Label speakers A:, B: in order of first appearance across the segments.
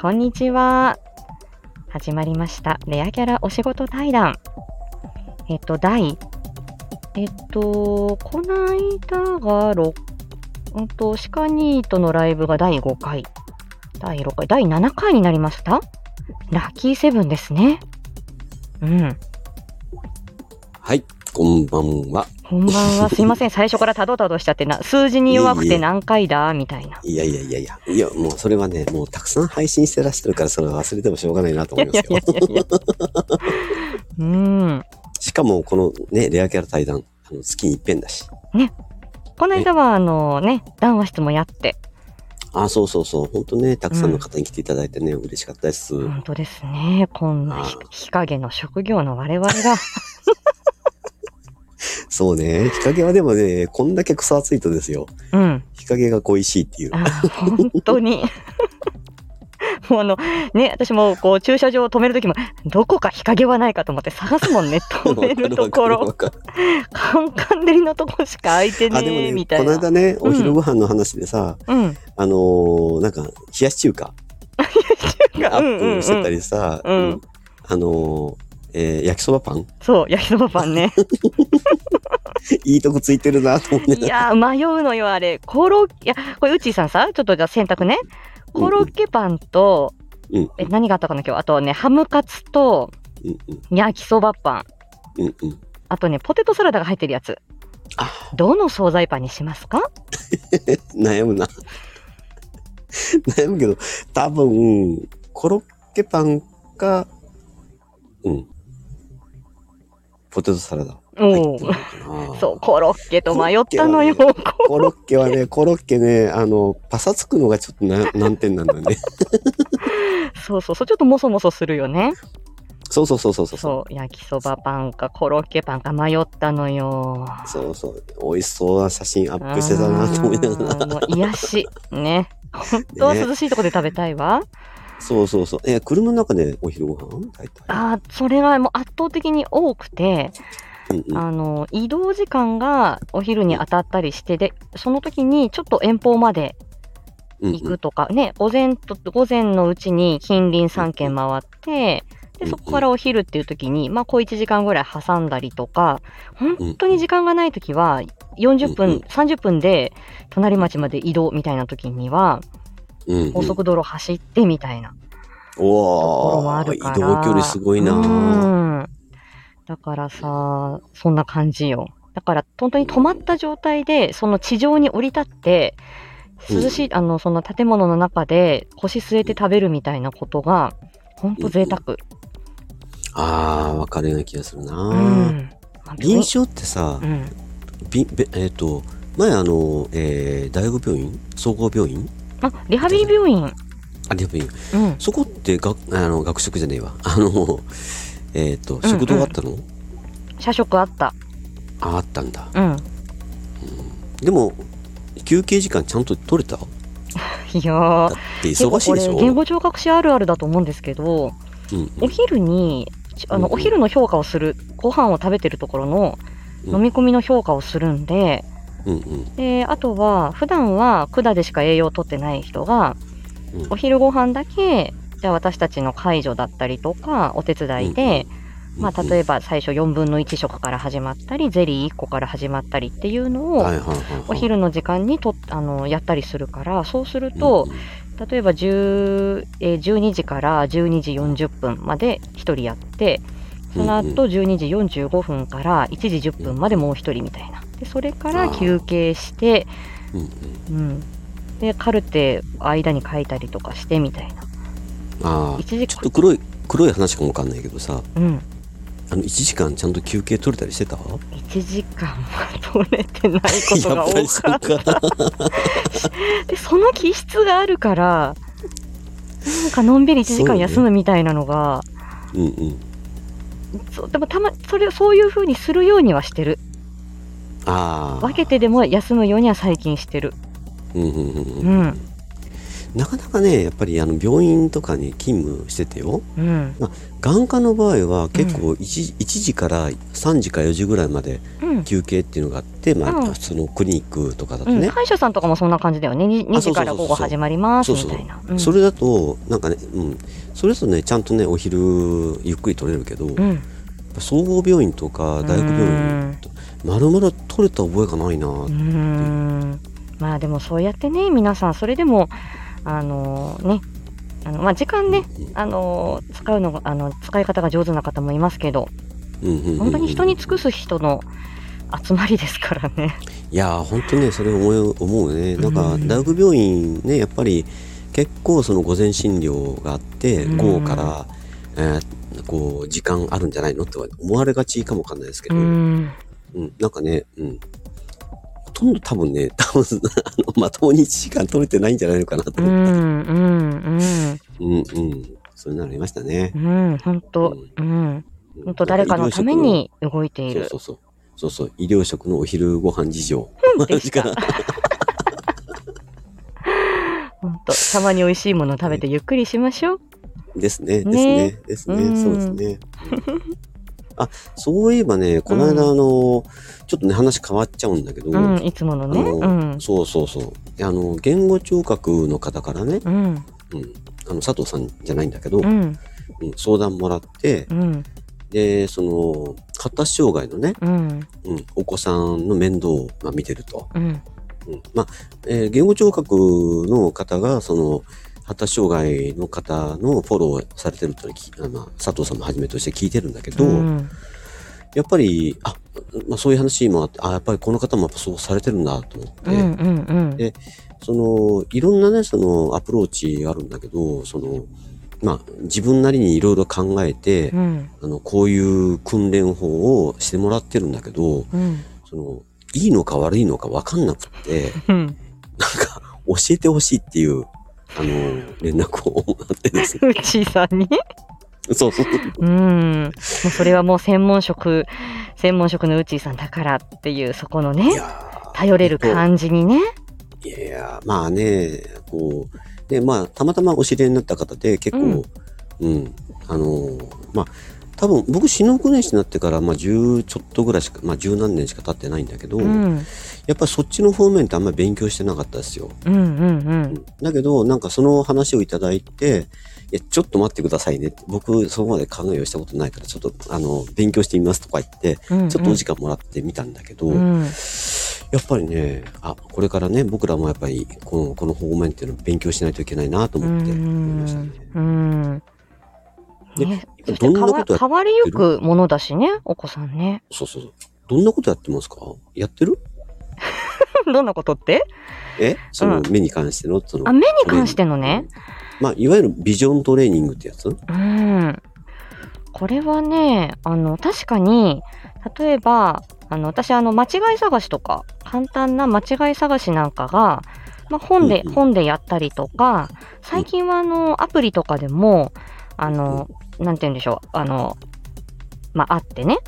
A: こんにちは。始まりました。レアキャラお仕事対談。えっと、第、えっと、こないだが6、うんと、シカニートのライブが第5回、第6回、第7回になりましたラッキーセブンですね。うん。
B: はい、こんばんは。
A: こんばんは。すいません。最初からたどたどしちゃってな、数字に弱くて何回だみたいな。
B: いやいやいやいや、いや、もうそれはね、もうたくさん配信してらっしゃるから、それは忘れてもしょうがないなと
A: いや
B: 思い
A: い
B: ま
A: や
B: す
A: い
B: よ
A: や。いや。うん。
B: しかも、このね、レアキャラ対談、あの月に一遍だし。
A: この間は、あのね、談話室もやって。
B: あ、そうそうそう、ほんとね、たくさんの方に来ていただいてね、嬉しかったです。
A: 本当ですね。こんな
B: あ
A: ひ
B: ー
A: 日陰の職業の我々が。
B: そうね、日陰はでもね、こんだけ草暑いとですよ。
A: うん。
B: 日陰が恋しいっていう
A: あ。ー本当に。 もうあの、ね、私もこう駐車場を止めるときも、どこか日陰はないかと思って探す もんね。止めるところ、
B: わかるわかるわかる
A: カンカン照りのとこしか空いてね
B: あ、でも
A: え、
B: ね、
A: みたい
B: この
A: な。
B: 間ね、
A: うん
B: お昼ご飯の話でさ、
A: うん。
B: あのーなんか、冷やし中華アップしてたりさ、
A: うんうんうんうん
B: あのーえー焼きそばパン
A: そう、焼きそばパンね。
B: いいとこついてるなと思って
A: いやー迷うのよあれコロッいやこれうっちーさんさちょっとじゃあ選択ねコロッケパンと、
B: うん
A: え何があったかな今日あとねハムカツと
B: うんうん
A: 焼きそばパン
B: うんうん。
A: あとねポテトサラダが入ってるやつ
B: あ、
A: どの惣菜パンにしますか
B: 悩むな。 悩むけど、多分、コロッケパンか、うん。ポテトサラダ。
A: おお
B: 入ってるのかな
A: そうコロッケと迷ったのよ
B: コ
A: こ
B: コロッケはね、コロッケね、あの、パサつくのがちょっとな難点なんだよね。
A: そうそうそうちょっともそもそするよね
B: そうそうそうそうそう。そう
A: そう焼きそばパンかコロッケパンか迷ったのよ
B: そうそう。美味しそうな写真アップしてたなと思いながら。
A: あーもう癒しね本当は涼しいとこで食べたいわ、
B: そうそうそう。え、車の中でお昼ご飯大体。
A: あーそれがもう圧倒的に多くて、
B: うんうん。
A: あの移動時間がお昼に当たったりしてでその時にちょっと遠方まで
B: うん
A: 行くとか、ね午前と午前のうちに近隣3軒回って
B: う
A: で
B: ん
A: そこからお昼っていう時に、まあ、小1時間ぐらい挟んだりとか本当に時間がない時は40分、
B: うん
A: 30分で隣町まで移動みたいな時には
B: うんうん。
A: 高速道路走ってみたいな。ところも
B: お
A: あ
B: ー
A: るから
B: 移動距離すごいなぁ
A: うんだからさそんな感じよだから本当に止まった状態でその地上に降り立って涼しい、あのその建物の中で腰据えて食べるみたいなことが本当贅沢
B: あー、分かるような気がするな
A: う
B: ぁ
A: んまあ別に
B: 臨床ってさ
A: う、ん
B: びべえっと、前あの、えー大学病院総合病院
A: あリハビリ病院
B: あ、大学病院。
A: うん
B: そこってがあの学食じゃねえわ。 あの、えっと、食堂があったの
A: 社食あった
B: ああったんだ。
A: うん
B: でも、休憩時間ちゃんと取れただ
A: いやー
B: って忙しいでし
A: 結構
B: ょ
A: これ言語聴覚士あるあるだと思うんですけど
B: うんうん
A: お昼にちあ
B: う
A: の
B: んうん
A: お昼の評価をするご飯を食べてるところの
B: うん
A: 飲み込みの評価をするんで,、
B: うんうん。
A: であとは普段は管でしか栄養をとってない人が
B: うん
A: お昼ご飯だけじゃあ私たちの介助だったりとかお手伝いで、まあ、例
B: え
A: えば最初4分の1食から始まったりゼリー1個から始まったりっていうのを
B: はいはいはいはい、
A: お昼の時間にとっあのやったりするからそうすると、例えば10えー12時から12時40分まで1人やってその後12時45分から1時10分までもう1人みたいなでそれから休憩して、
B: うんうん、
A: うん、でカルテ間に書いたりとかしてみたいな
B: ああ
A: 1時
B: ちょ
A: 間
B: っと黒い黒い話かもわかんないけどさ
A: うん
B: あの1時間ちゃんと休憩取れたりしてた
A: 1時間は取れてないこと
B: や
A: が
B: っぱり
A: 多
B: そう
A: かっ
B: か
A: たでその気質があるからなんかのんびり1時間休むみたいなのが。
B: うんうん
A: そうでもたまそれそういう風にするようにはしてる
B: ああ
A: 分けてでも休むようには最近してる
B: うんうんうん
A: う
B: うん
A: ん
B: なかなかねやっぱりあの病院とかに勤務しててよ
A: うん。
B: 眼科の場合は結構 1,、1時から3時か4時ぐらいまで
A: うん。
B: 休憩っていうのがあって、まあ
A: うん
B: そのクリニックとかだと
A: うん、
B: ね、
A: 歯医者さんとかもそんな感じだよね。に2
B: あそ
A: 時か
B: うそうそうそう
A: ら午後始まります
B: そう
A: み
B: そう
A: たいな。うん
B: それだとなんかね、うん、それだとねちゃんとねお昼ゆっくり取れるけど、
A: うん。
B: 総合病院とか大学病院まるまる取れた覚えがないな、
A: うーんまあでもそうやってね皆さんそれでもあのねあのまあ時間ねあの使うのがあの使い方が上手な方もいますけど
B: うんうんうんうん
A: 本当に人に尽くす人の集まりですからね。
B: いやー本当ねそれ思う思うねなんか
A: うん
B: 大学病院ねやっぱり結構その午前診療があって
A: うん
B: 午後から、えーこう時間あるんじゃないのって思われがちかもわかんないですけ
A: う
B: ど、うん
A: ん
B: なんかね、うん、ほとんど多分ね 多分あのまともに1時間取れてないんじゃないのかなと
A: う
B: 思った、
A: んうん
B: うんうんそういうのありましたね
A: う。んうん本当うん
B: うん
A: 本当誰かのために動いている
B: そうそうそう。そうそう。医療食のお昼ご飯事情。
A: でし た
B: 時間
A: 本当たまに美味しいもの食べてゆっくりしましょう。
B: ですね。です
A: ね
B: ね。です
A: うん
B: ね。そうですね。うんあ、そういえばね、この間、あの、ちょっとね、話変わっちゃうんだけど、
A: うんいつものね。
B: あの
A: うん
B: そうそうそう。あの、言語聴覚の方からね、
A: うん
B: うん、あの、佐藤さんじゃないんだけど、う
A: うんん
B: 相談もらって
A: う、ん
B: で、その、発達障害のね、
A: うん
B: うん、お子さんの面倒を、まあ、見てると。
A: うん
B: うんまあ、えー言語聴覚の方が、その、発達障害の方のフォローをされてるというのを聞きあまあ、佐藤さんもはじめとして聞いてるんだけど、
A: うん
B: やっぱり、あ、まあ、そういう話もあって、あ、やっぱりこの方もやっぱそうされてるんだと思って、
A: うんうんうん
B: でその、いろんなね、そのアプローチがあるんだけど、その、まあ、自分なりにいろいろ考えて、
A: うん
B: あの、こういう訓練法をしてもらってるんだけど、
A: うん
B: その、いいのか悪いのかわかんなくって、
A: うん
B: なんか、教えてほしいっていう、あの、連絡を もらってですね。
A: うちさんに
B: そうそう。
A: うんもうそれはもう専門職専門職のうちさんだからっていうそこの
B: い
A: ね
B: や
A: 頼れる感じにね
B: ーいやいや、まあね、こう、で、まあ、たまたまお知り合いになった方で、結構、うん、あの、まあ、多分僕、死の訓練士になってから、まあ、十ちょっとぐらいしか、まあ、十何年しか経ってないんだけど、
A: うん
B: やっぱりそっちの方面ってあんまり勉強してなかったですよ。
A: うんうんうん
B: だけど、なんかその話をいただいて、いや、ちょっと待ってくださいねって。僕、そこまで考えをしたことないから、ちょっと、あの、勉強してみますとか言って、
A: うん
B: ちょっとお時間もらってみたんだけど、
A: うん
B: やっぱりね、あ、これからね、僕らもやっぱり、この、この方面っていうのを勉強しないといけないなと
A: う
B: 思って、思いましたね
A: ん。うん
B: で
A: ねそして
B: どん
A: 変
B: なこ
A: わ
B: とや
A: 変わりゆくものだしねお子さんね
B: そうそうそう。どんなことやってますかやってる
A: どんなことって
B: えその、
A: う
B: 目に関しての、その。
A: あ目に関してのね
B: まあ、いわゆるビジョントレーニングってやつう
A: うん。これはね、あの、確かに、例えば、あの、私、あの、間違い探しとか、簡単な間違い探しなんかが、まあ、本で、
B: うんうん
A: 本でやったりとか、最近は、あの、アプリとかでも、あの、なんて言うんでしょう、あの、まあ、あってね。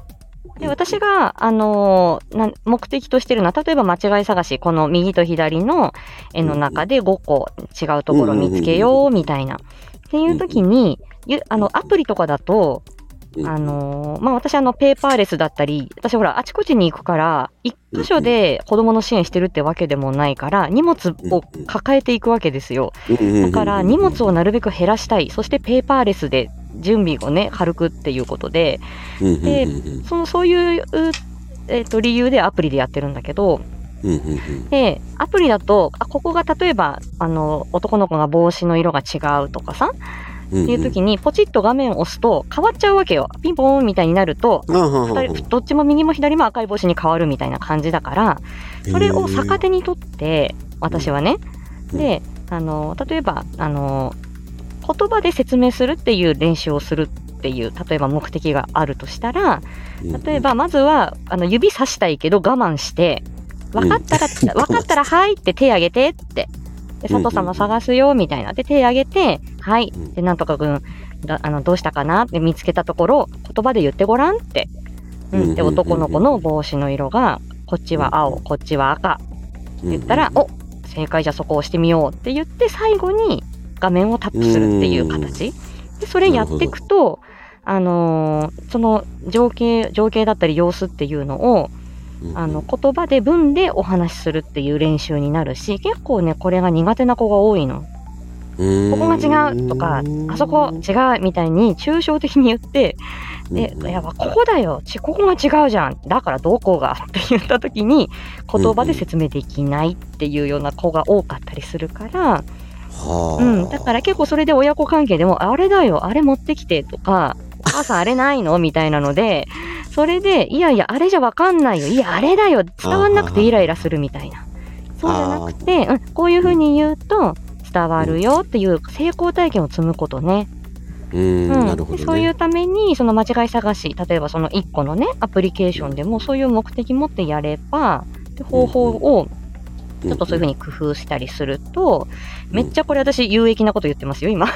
A: で、私が、あのなん目的としてるのは、例えば間違い探し、この右と左の絵の中で5個違うところ見つけよう、みたいな。っていう時に、ゆあの、アプリとかだと、
B: ん
A: あ、のーまあ、私あの、ペーパーレスだったり、私ほら、あちこちに行くから、一箇所で子供の支援してるってわけでもないから、荷物を抱えていくわけですよ。だ
B: だ
A: から、荷物をなるべく減らしたい。そして、ペーパーレスで準備をね、軽くっていうことで、
B: で、
A: その、そういう、うえっ、と、理由でアプリでやってるんだけど、
B: うんうんうん
A: で、アプリだと、あ、ここが例えば、あの、男の子が帽子の色が違うとかさ、
B: うん
A: っていう時にポチッと画面を押すと変わっちゃうわけよピンポーンみたいになると
B: あははは
A: 二人どっちも右も左も赤い帽子に変わるみたいな感じだからそれを逆手にとって私はね
B: うん
A: であの例えばあの言葉で説明するっていう練習をするっていう例えば目的があるとしたら例え、ばまずはあの指さしたいけど我慢して分かったら、分かったら「はい」って手挙げてってで佐藤さんも探すよみたいなで手挙げて「はい」
B: うん
A: でなんとか君だあのどうしたかなって見つけたところ言葉で言ってごらんって、う
B: うんうんうん
A: ん、
B: うん
A: で男の子の帽子の色がこっちは青
B: うん
A: こっちは赤って
B: うん
A: 言ったら「お正解じゃあそこ押してみようって言って最後に画面をタップするっていう形でそれやっていくとあのーその情景情景だったり様子っていうのを
B: うん、
A: あの言葉で文でお話しするっていう練習になるし結構ねこれが苦手な子が多いのここが違うとかあそこ違うみたいに抽象的に言ってでいやここだよちここが違うじゃんだからどうこうがって言った時に言葉で説明できないっていうような子が多かったりするから、うんだからら結構それで親子関係でもあれだよあれ持ってきてとかお母さんあれないのみたいなのでそれでいやいやあれじゃわかんないよいやあれだよ伝わんなくてイライラするみたいなそうじゃなくて、うん、こういうふうに言うと伝わるよっていう成功体験を積むことね
B: うん、
A: うん
B: なるほど、ね。
A: でそういうためにその間違い探し例えばその1個のねアプリケーションでもそういう目的持ってやればで方法をちょっとそういうふう
B: に。
A: に工夫したりすると、めっちゃこれ私有益なこと言ってますよ 今。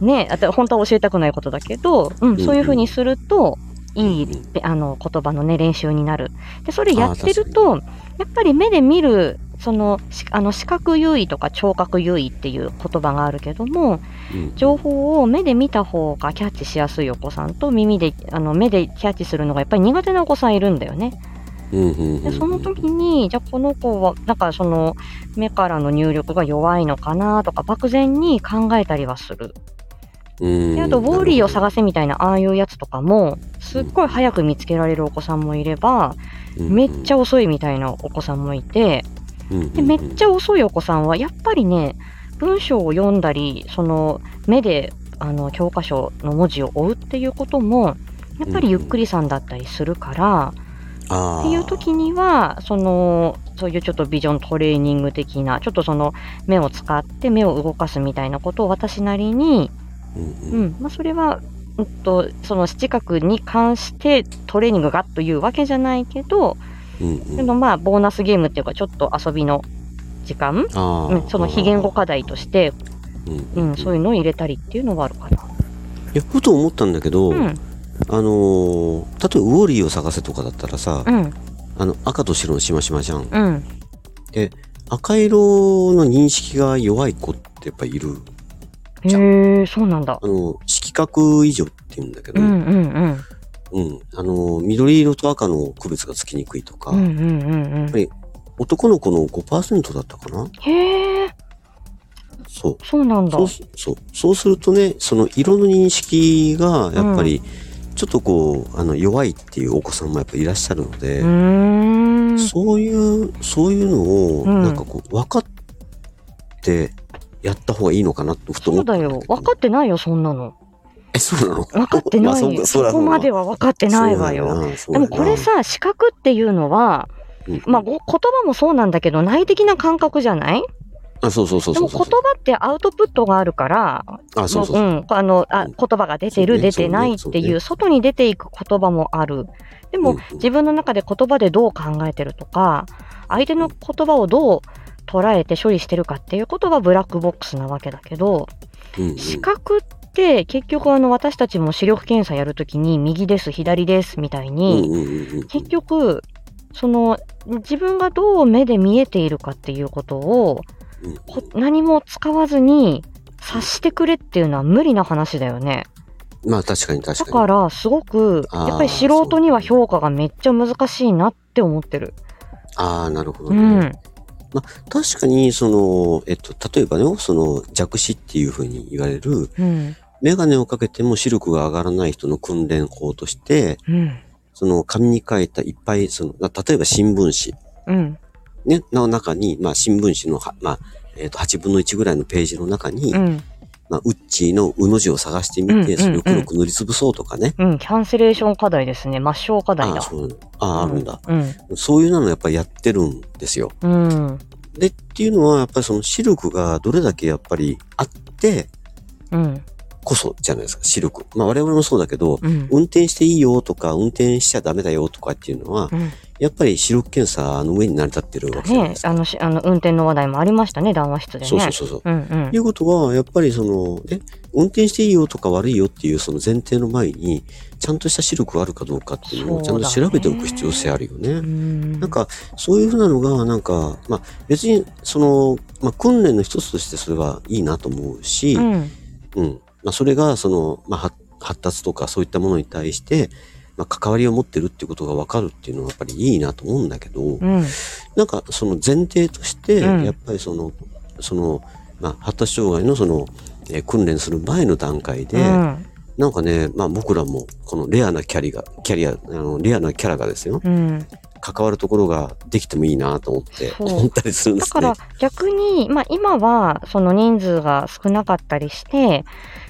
A: うん、ねあと本当は教えたくないことだけど、うん、そういうふうにするといいであの言葉の、ね、練習になるでそれやってるとやっぱり目で見るそのしあの視覚優位とか聴覚優位っていう言葉があるけども
B: うん
A: 情報を目で見た方がキャッチしやすいお子さんと耳であの目でキャッチするのがやっぱり苦手なお子さんいるんだよね。
B: うんうんうんう
A: で
B: ん
A: その時にじゃあこの子はなんかその目からの入力が弱いのかなとか漠然に考えたりはする。
B: うん
A: であとウォーリーを
B: な
A: 探せみたいなああいうやつとかもすっごい早く見つけられるお子さんもいれば
B: るほど
A: めっちゃ遅いみたいなお子さんもいてでめっち
B: ゃ、
A: ゃ遅いお子さんはやっぱりね文章を読んだりその目であの教科書の文字を追うっていうこともやっぱりゆっくりさんだったりするから、っ
B: あー
A: ていう時にはそのそういうちょっとビジョントレーニング的なちょっとその目を使って目を動かすみたいなことを私なりに、
B: うん
A: う
B: うん
A: んまあ、それは、うん、とその視覚に関してトレーニングがというわけじゃないけど、
B: うん
A: で
B: うん
A: もまあボーナスゲームっていうかちょっと遊びの時間、
B: あ
A: う
B: ー
A: ん、その非言語課題として、
B: うん
A: うん、そう
B: い
A: いうのを入れたりっていうのはあるかな。
B: やふと思ったんだけど、
A: うん
B: あのー例えばウォーリーを探せとかだったらさ、
A: うん
B: あの赤と白のしましまじゃん
A: うん
B: 赤色の認識が弱い子ってやっぱいる
A: へえそうなんだ
B: あ。の色覚異常って言うんだけど、
A: うんうんうん
B: うんあの緑色と赤の区別がつきにくいとか、
A: うんうんうんうん
B: ぱり男の子の5%だったかな
A: へえ
B: そう
A: そうなんだ
B: そう。すそうそうするとねその色の認識がやっぱりちょっとこうあの弱いっていうお子さんもやっぱいらっしゃるので、
A: うーん
B: そういうそういうのを
A: うん
B: なんかこう分かってやった方がいいのかなとふと
A: そ
B: 思っ
A: う
B: た
A: だ
B: んだけど
A: よ。分かってないよ、そんなの。
B: えそうなの
A: 分かってな
B: まあ
A: い
B: そう
A: よ。
B: か
A: そ
B: そうだろ
A: こ
B: うな
A: までは分かってないわよ。
B: そう
A: で
B: だよな
A: もこれ、さ、視覚っていうのは、
B: そうだよな
A: まあ、ご言葉もそうなんだけど、内的な感覚じゃない
B: あそうそうそう
A: で
B: そ
A: も
B: う
A: 言
B: そう
A: 葉ってアウトプットがあるから、
B: あそうそう
A: も
B: そう
A: うん、あのあ
B: うん
A: 言葉が出てる、
B: そうね
A: 出てないって
B: そう
A: い
B: ね
A: う、外に出ていく言葉もある。で
B: うん
A: も
B: うん、
A: 自分の中で言葉でどう考えてるとか、相手の言葉をどう捉えて処理してるかっていうことはブラックボックスなわけだけど、
B: うんうん
A: 視覚って結局あの私たちも視力検査やるときに右です左ですみたいに、
B: うんうんうんうん
A: 結局その自分がどう目で見えているかっていうことを
B: うん
A: こ何も使わずに察してくれっていうのは無理な話だよね
B: まあ確かに確か
A: だ
B: に
A: からすごく
B: あー
A: やっぱり素人には評価がめっちゃ難しいなって思ってる
B: ああなるほど
A: う
B: ね、
A: ん
B: 確かに、その、えっと、例えばね、その、弱視っていうふうに言われる、
A: うん
B: メガネをかけても視力が上がらない人の訓練法として、
A: うん
B: その、紙に書いたいっぱい、その、例えば新聞
A: うん
B: 紙、ね、の中に、まあ、新聞紙のは、まあ、えっと、8分の1ぐらいのページの中に、
A: うん
B: まあ、ウッチーのうの字を探してみ
A: うんうんう
B: て、
A: ん
B: それを黒く塗りつぶそうとかね。
A: うんキャンセレーション課題ですね抹消課題
B: あ
A: だ
B: あ、そう、ああ、あるんだ。
A: うん
B: そういうのをやっぱりやってるんですよ。
A: うん
B: で、っていうのは、やっぱりその視力がどれだけやっぱりあって、
A: うん
B: こそじゃないですか、視力。まあ我々もそうだけど、
A: うん
B: 運転していいよとか、運転しちゃダメだよとかっていうのは、
A: うん
B: やっぱり視力検査の上に成り立ってるわけじゃない
A: ね
B: ですか。
A: あのしあの運転の話題もありましたね、談話室でね。
B: そうそうそうそう。
A: うんうん
B: ということは、やっぱりその、ね、運転していいよとか悪いよっていうその前提の前に、ちゃんとした視力があるかどうかっていうのをちゃんと
A: そうだね
B: 調べておく必要性あるよね。
A: ん
B: なんか、そういうふうなのが、なんか、まあ、別に、その、まあ、訓練の一つとしてそれはいいなと思うし、
A: う
B: うん。
A: ん、
B: まあ、それが、その、まあ、発発達とかそういったものに対して、まあ、関わりを持ってるってことが分かるっていうのはやっぱりいいなと思うんだけど、
A: うん、
B: なんか、その前提として、
A: うん
B: やっぱりその、その、まあ、発達障害のその、えー訓練する前の段階で、
A: うん、
B: なんかね、まあ僕らも、このレアなキャリが、キャリア、あの、レアなキャラがですよ、
A: うん。
B: 関わるところができてもいいなと思って、
A: そう
B: 思ったりするんで
A: だ
B: す
A: か
B: ね
A: ら。逆に、まあ今はその人数が少なかったりして、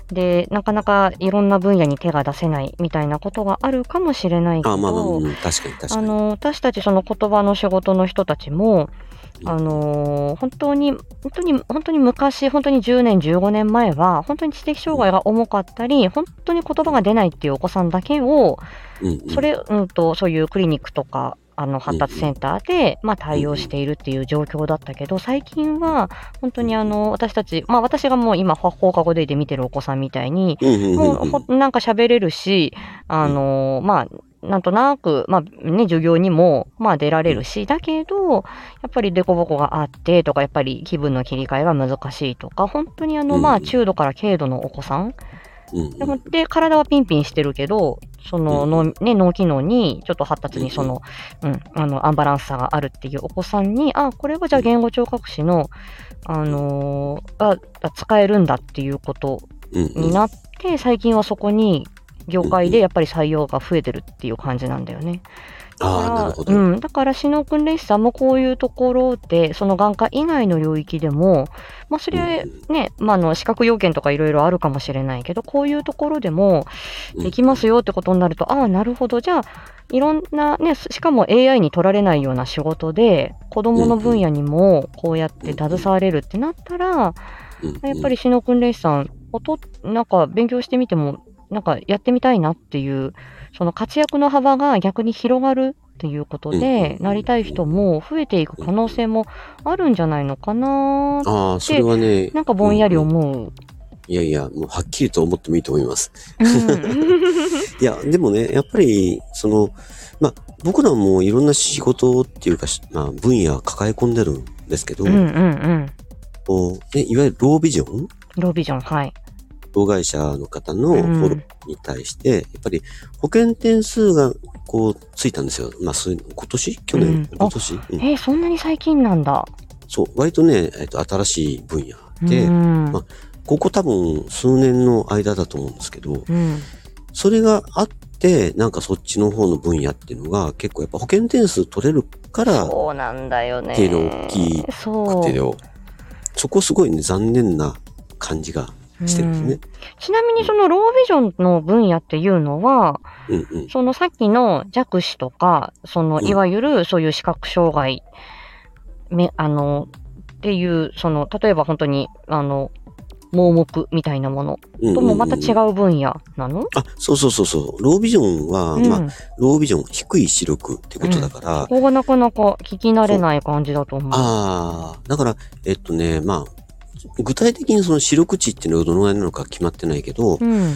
A: で、なかなかいろんな分野に手が出せないみたいなことがあるかもしれないけど、
B: あまあまあ、うん、確かに確か
A: あ
B: に。
A: の私たちその言葉の仕事の人たちも、
B: うん
A: あの本当に本当に本当に昔本当に10年15年前は本当に知的障害が重かったり本当に言葉が出ないっていうお子さんだけを
B: うんうん
A: それ、うん、とそういうクリニックとかあの発達センターで、まあ、対応しているっていう状況だったけど最近は本当にあの私たち、まあ、私がもう今放課後で見てるお子さんみたいに
B: うんうんうん
A: もうほなんか喋れるし、あのーまあ、なんとなく、まあね、授業にも、まあ、出られるし、だけど、やっぱり凸凹があってとか、やっぱり気分の切り替えが難しいとか、本当にあの、
B: うん
A: まあ、中度から軽度のお子さん
B: うんうん
A: でもで、体はピンピンしてるけど、その
B: う
A: 脳、ね、脳機能にちょっと発達にその、うん、あの、アンバランスさがあるっていうお子さんに、あ、これはじゃあ言語聴覚士の、あのーがが使えるんだっていうこと
B: うんうん
A: になって、最近はそこに業界でやっぱり採用が増えてるっていう感じなんだよね。
B: ああ、なる
A: だ
B: ほ
A: から、
B: ど。
A: うん、だからシノ訓練士さんもこういうところで、その眼科以外の領域でも、まあそれは
B: うん
A: ね、まああの資格要件とかいろいろあるかもしれないけど、こういうところでも
B: うん
A: できますよってことになると、ああ、なるほど、じゃあ、いろんなね、しかも AI に取られないような仕事で、子供の分野にもこうやって携われるってなったら、
B: うんうん
A: やっぱりシノ訓練士さん、音、なんか勉強してみても、なんかやってみたいなっていう、その活躍の幅が逆に広がるっていうこと
B: うんう
A: で
B: ん、
A: なりたい人も増えていく可能性もあるんじゃないのかな
B: ああ、それはね、
A: なんかぼんやり
B: うん
A: 思う。
B: いやいや、もうはっきりと思ってもいいと思います。
A: うん。
B: いや、でもね、やっぱり、その、まあ、僕らもいろんな仕事っていうか、しまあ、分野抱え込んでるんですけど、
A: うんうんうん。
B: こうね、いわゆるロービジョン
A: ロービジョン、はい。
B: 障害者の方の
A: う
B: フォロ
A: ん
B: ー。に対して、やっぱり保険点数がこうついたんですよ。まあ、そういう今年去年、
A: うんあ
B: 今年、うん
A: えー、そんなに最近なんだ。
B: そう、割とね、えっと、新しい分野で、
A: うん
B: まあ。ここ多分数年の間だと思うんですけど、
A: うん。
B: それがあって、なんかそっちの方の分野っていうのが結構やっぱ保険点数取れるから、
A: そうなんだよね。
B: っていうの大きい
A: そう
B: 家庭をそこすごいね、残念な感じがしてるんですね。
A: ちなみにそのロービジョンの分野っていうのは、
B: うんうん。
A: そのさっきの弱視とか、その
B: うん
A: いわゆるそういう視覚障害、めあのっていう、その例えば本当にあの盲目みたいなもの
B: うんうん
A: ともまた違
B: うん。
A: う分野なの、
B: あ、そうそうそうそう。ロービジョンは、
A: うん
B: まあ、ロービジョン、低い視力ってことだから、
A: ここがなかなか聞き慣れない感じだと思う。
B: ああ、だから、えっとね、まあ、具体的にその視力値っていうのがどのぐらいなのか決まってないけど、
A: うん、
B: や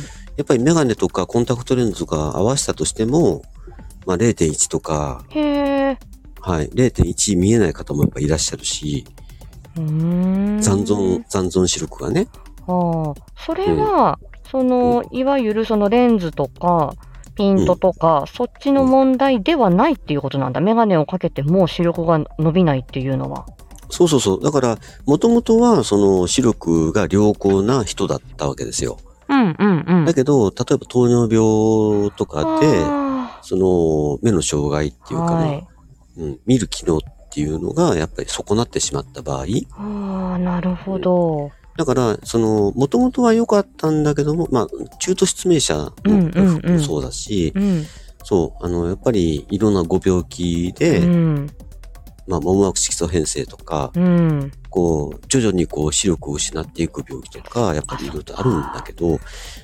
B: っぱりメガネとかコンタクトレンズとか合わせたとしても、まあ0.1とか、
A: へえ。
B: はい、0.1見えない方もやっぱいらっしゃるし、
A: うーん
B: 残存、残存視力がね。
A: ああ、それは、その、いわゆるそのレンズとか、ピントとか、そっちの問題ではないっていうことなんだ。メガネをかけても視力が伸びないっていうのは。
B: そうそうそう。だから、もともとはその視力が良好な人だったわけですよ。
A: うんうんうん。
B: だけど、例えば糖尿病とかで、
A: あ
B: その目の障害っていうか、まあ
A: はい。
B: うん、見る機能っていうのがやっぱり損なってしまった場合、
A: ああ、なるほど。
B: だから、その、もともとは良かったんだけども、まあ、中途失明者
A: うんうんうん
B: もそうだし、
A: うん。
B: そう、あの、やっぱりいろんなご病気で、
A: うん。
B: まあ、網膜色素変性とか、
A: うん。
B: こう、徐々にこう、視力を失っていく病気とか、やっぱりいろいろとあるんだけど、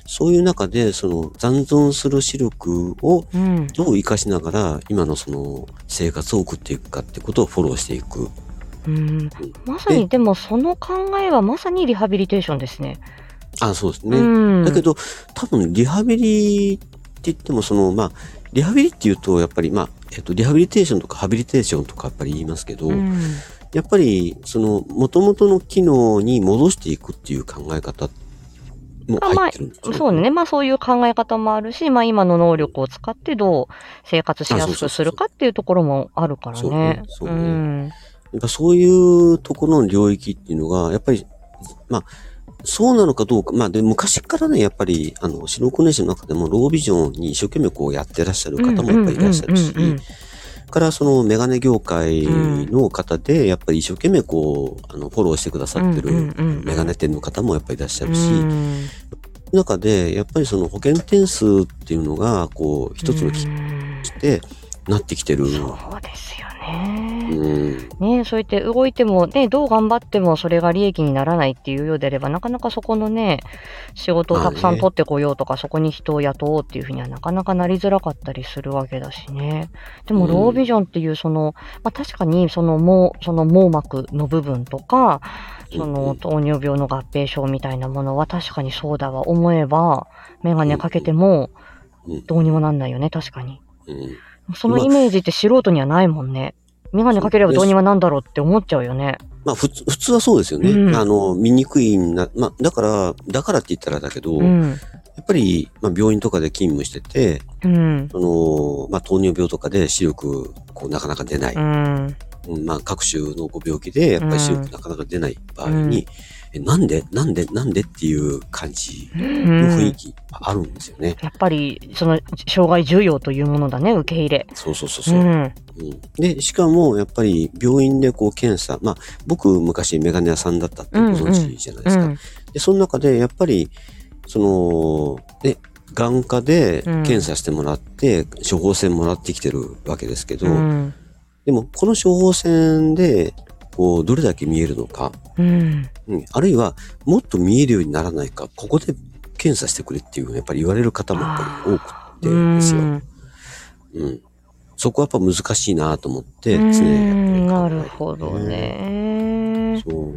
B: そういう中で、その、残存する視力を
A: うん。
B: どう活かしながら、今のその、生活を送っていくかってことをフォローしていく。
A: うん。まさに、でもその考えはまさにリハビリテーションですね。
B: あ、そうですね。
A: うん。
B: だけど、多分リハビリ言っても、その、まあ、リハビリっていうと、やっぱり、まあ、えっと、リハビリテーションとかハビリテーションとかやっぱり言いますけど、
A: うん
B: やっぱり、その、元々の機能に戻していくっていう考え方も入ってるんですよ
A: そうね。まあそういう考え方もあるし、まあ今の能力を使ってどう生活しやすくするかっていうところもあるからね。
B: そうそうそう
A: うん。
B: やっぱそういうところの領域っていうのが、やっぱり、まあ、そうなのかどうか、まあで、昔からね、やっぱり、あの、白コネの中でも、ロービジョンに一生懸命こうやってらっしゃる方もやっぱりいらっしゃるし、
A: うんうんうんうん
B: からそのメガネ業界の方で、やっぱり一生懸命こう、あの、フォローしてくださってる
A: うんうんうん
B: メガネ店の方もやっぱりいらっしゃるし、
A: うん
B: 中で、やっぱりその保険点数っていうのが、こう、一つのきっかけとしてなってきてる。
A: そうですよね。
B: うん
A: ねそうやって動いても、ね、どう頑張ってもそれが利益にならないっていうようであれば、なかなかそこのね、仕事をたくさ
B: まあ
A: ん
B: ね
A: 取ってこようとか、そこに人を雇おうっていうふうにはなかなかなりづらかったりするわけだしね。でも、
B: うん
A: ロービジョンっていう、その、まあ、確かに、その網、その網膜の部分とか、そ
B: うん
A: の糖尿病の合併症みたいなものは確かにそうだわ。思えば、メガネかけても
B: うん、
A: どうにもなんないよね、確かに。
B: うん
A: そのイメージって素人にはないもんね。メガネかければどうにもなんだろうって思っちゃうよね。
B: まあ普通、普通はそうですよね。
A: うん
B: あの、見にくいな、まあだから、だからって言ったらだけど、
A: う
B: や
A: ん。
B: っぱり、まあ病院とかで勤務してて、
A: うん。
B: その、まあ糖尿病とかで視力、こうなかなか出ない。
A: うん。
B: うんまあ各種のご病気で、やっぱり視力なかなか出ない場合に、えなんでなんでなんでっていう感じ
A: う
B: の雰囲
A: ん。
B: 気があるんですよね。
A: やっぱり、その、障害重要というものだね、受け入れ。
B: そうそうそう
A: う
B: そ
A: ん。
B: う。うんで、しかも、やっぱり、病院でこう、検査。まあ、僕、昔、メガネ屋さんだったってご存知じゃないで
A: う
B: すか。
A: ん。
B: で、その中で、やっぱり、その、ね、眼科で
A: うん
B: 検査してもらって、処方箋もらってきてるわけですけど、
A: うん。
B: でも、この処方箋で、こう、どれだけ見えるのか、
A: うん。
B: うん、あるいは、もっと見えるようにならないか、ここで検査してくれっていう、やっぱり言われる方もやっぱり多くてですよ。うん。そこはやっぱ難しいなと思って、常にやっぱり考えて
A: なるほど。ね。
B: そう。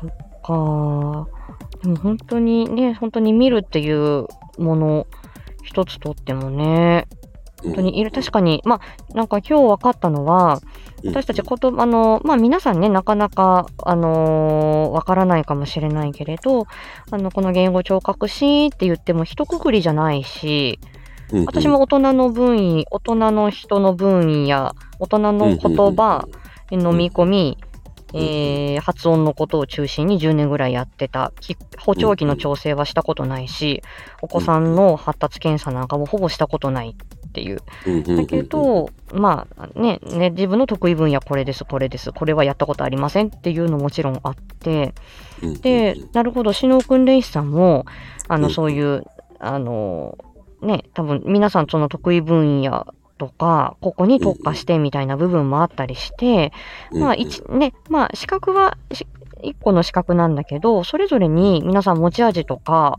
A: そっか。でも本当にね、本当に見るっていうもの一つとってもね、本当にいる、確かに、まあ、なんか今日分かったのは、
B: うん
A: 私たちこと、あの、まあ皆さんね、なかなか、あのーわからないかもしれないけれど、あの、この言語聴覚士って言っても一括りじゃないし、
B: うんうん
A: 私も大人の分野、大人の人の分野、大人の言葉、飲み込み、
B: うん
A: えー発音のことを中心に10年ぐらいやってた。き補聴器の調整はしたことないし、お子さんの発達検査なんかもほぼしたことないっていう。
B: うんうんうんうん
A: だけ、ど、まあねね、自分の得意分野これです、これです、これはやったことありませんっていうのももちろんあって、
B: うんうんうん
A: で、なるほど、首脳訓練士さんも、あ
B: う
A: の、
B: ん
A: そういう、あの、ね、多分皆さんその得意分野とか、ここに特化してみたいな部分もあったりして、まあ、一、ね、まあ、資格は、し一個の資格なんだけど、それぞれに皆さん持ち味とか、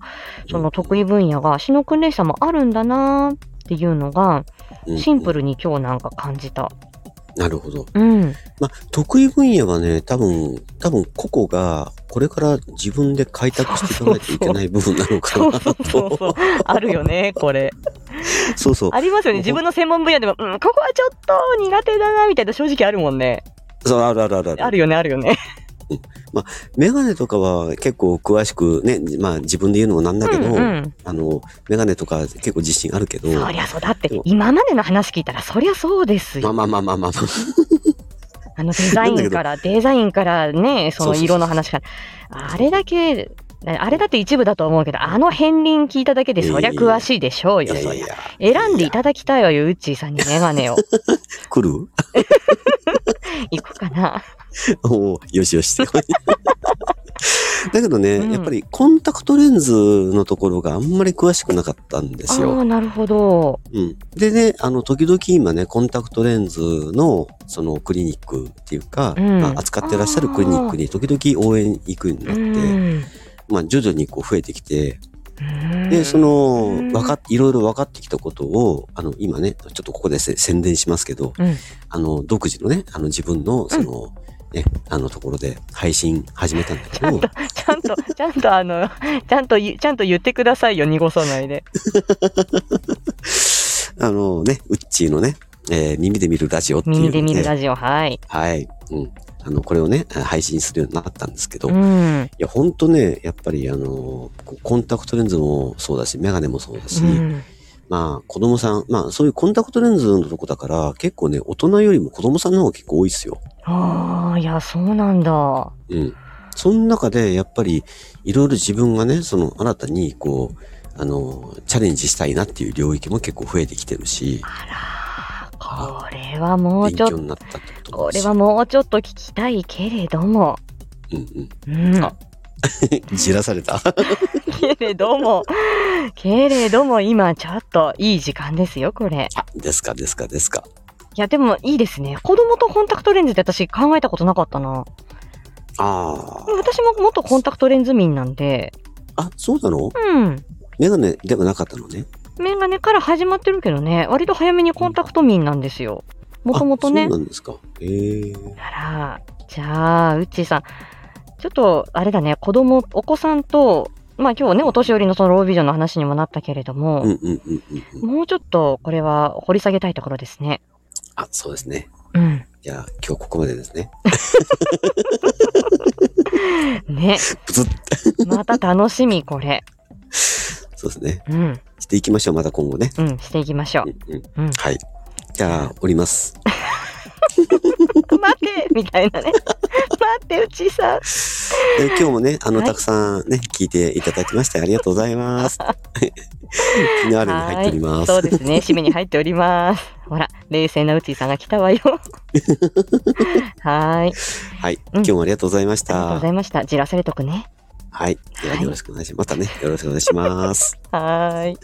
A: その得意分野が、詩の訓練者もあるんだなーっていうのが、シンプ
B: ル。
A: ルに今日なんか感じた。
B: なるほど。
A: うん。
B: まあ、得意分野はね、多分、多分、個々が、これから自分で開拓していかないといけない部分なのか
A: そう
B: な
A: そうそうそう
B: と。。
A: あるよね、これ。
B: そうそう。
A: ありますよね。自分の専門分野でも、うん、ここはちょっと苦手だな、みたいな正直あるもんね。
B: そう、あるあるある
A: あるよね、あるよね。
B: メガネとかは結構詳しくね、まあ自分で言うのもなんだけど、
A: うんうん
B: あの、メガネとか結構自信あるけど、
A: そりゃそうだって、今までの話聞いたら、そりゃそうです
B: まあ
A: よ。
B: まあまあまあまあまあ。
A: あのデザインから、デザインからね、その色の話から。あれだけ、あれだって一部だと思うけど、あの片鱗聞いただけで、そりゃ詳しいでしょうよ、そりゃ。選んでいただきたいわよ、ウッチーさんにメガネ を。
B: 来る
A: 行くかな。
B: おーよし よし。だけどね、
A: うん
B: やっぱりコンタクトレンズのところがあんまり詳しくなかったんです
A: あ
B: よ。
A: あ、なるほど。
B: うん、でね、あの、時々今ね、コンタクトレンズの、そのクリニックっていうか、
A: うん
B: まあ、扱ってらっしゃるクリニックに時々応援行くようにな
A: う
B: って、
A: ん。
B: まあ徐々にこう増えてきて、
A: うん
B: で、そ、
A: うん
B: の、わかっ、いろいろ分かってきたことを、あの、今ね、ちょっとここでせ宣伝しますけど、
A: うん
B: あの、独自のね、あの、自分の、その、ね、あのところで配信始めたんだけど、
A: ちゃんと、ちゃんとあの、ちゃんと言、ちゃんと言ってくださいよ、濁さないで。
B: あのね、ウッチーのね、えー耳で見るラジオっていう、ね。
A: 耳で見るラジオ、はい。
B: はい。うん。あの、これをね、配信するようになったんですけど、
A: う
B: い
A: ん。
B: や、ほんとね、やっぱり、あの、こうコンタクトレンズもそうだし、メガネもそうだし、
A: うん
B: まあ、子供さん、まあ、そういうコンタクトレンズのとこだから、結構ね、大人よりも子供さんの方が結構多いですよ。
A: ああ、いや、そうなんだ。
B: うん。その中で、やっぱり、いろいろ自分がね、その、新たに、こう、あの、チャレンジしたいなっていう領域も結構増えてきてるし、
A: あらー、これはもう
B: 勉
A: ちょっ
B: 強
A: と、
B: になったってこと
A: こ
B: で
A: れ
B: す
A: はもうちょっと聞きたいけれども。
B: うん
A: うん。
B: あうん。じらされた。
A: けれども、けれども、今ちょっといい時間ですよ、これ。
B: あですか、ですか、ですか。
A: いや、でもいいですね。子供とコンタクトレンズって私考えたことなかったな。
B: あ
A: 私も元コンタクトレンズ民なんで、
B: あ。あ、そうなの
A: うん。
B: メガネではなかったのね。
A: メガネから始まってるけどね、割と早めにコンタクト民なんですよ。もともと
B: あ
A: ね
B: そ。うなんですか。ええ
A: あら、じゃあ、うっちーさん、ちょっと、あれだね、子供、お子さんと、まあ今日ね、お年寄りのそのロービジョンの話にもなったけれど
B: うん
A: も、
B: うんうんうんうん。
A: もうちょっとこれは掘り下げたいところですね。
B: あ、そうですね。
A: うん。
B: じゃあ、今日ここまでですね。
A: ね。
B: ブツッ
A: また楽しみ、これ。
B: そうですね。
A: うん。
B: していきましょう、また今後ね。
A: うん、していきましょ
B: うんうん。
A: う。うん。
B: はい。じゃあ、降ります。
A: 待てみたいなね。待って、うちさん。
B: で今日もね、あの、
A: はい
B: たくさんね、聞いていただきまして、ありがとうござ います。気になるに入っております。
A: そうです ね。締めに入っております。ほら、冷静なうちさんが来たわ よ。はーい。
B: はい。今日もありがとうございまし
A: ありがとう
B: た。
A: ございました。じらされとくね。
B: はい。では、よろしくお願いします。またね、よろしくお願いします。
A: はーい。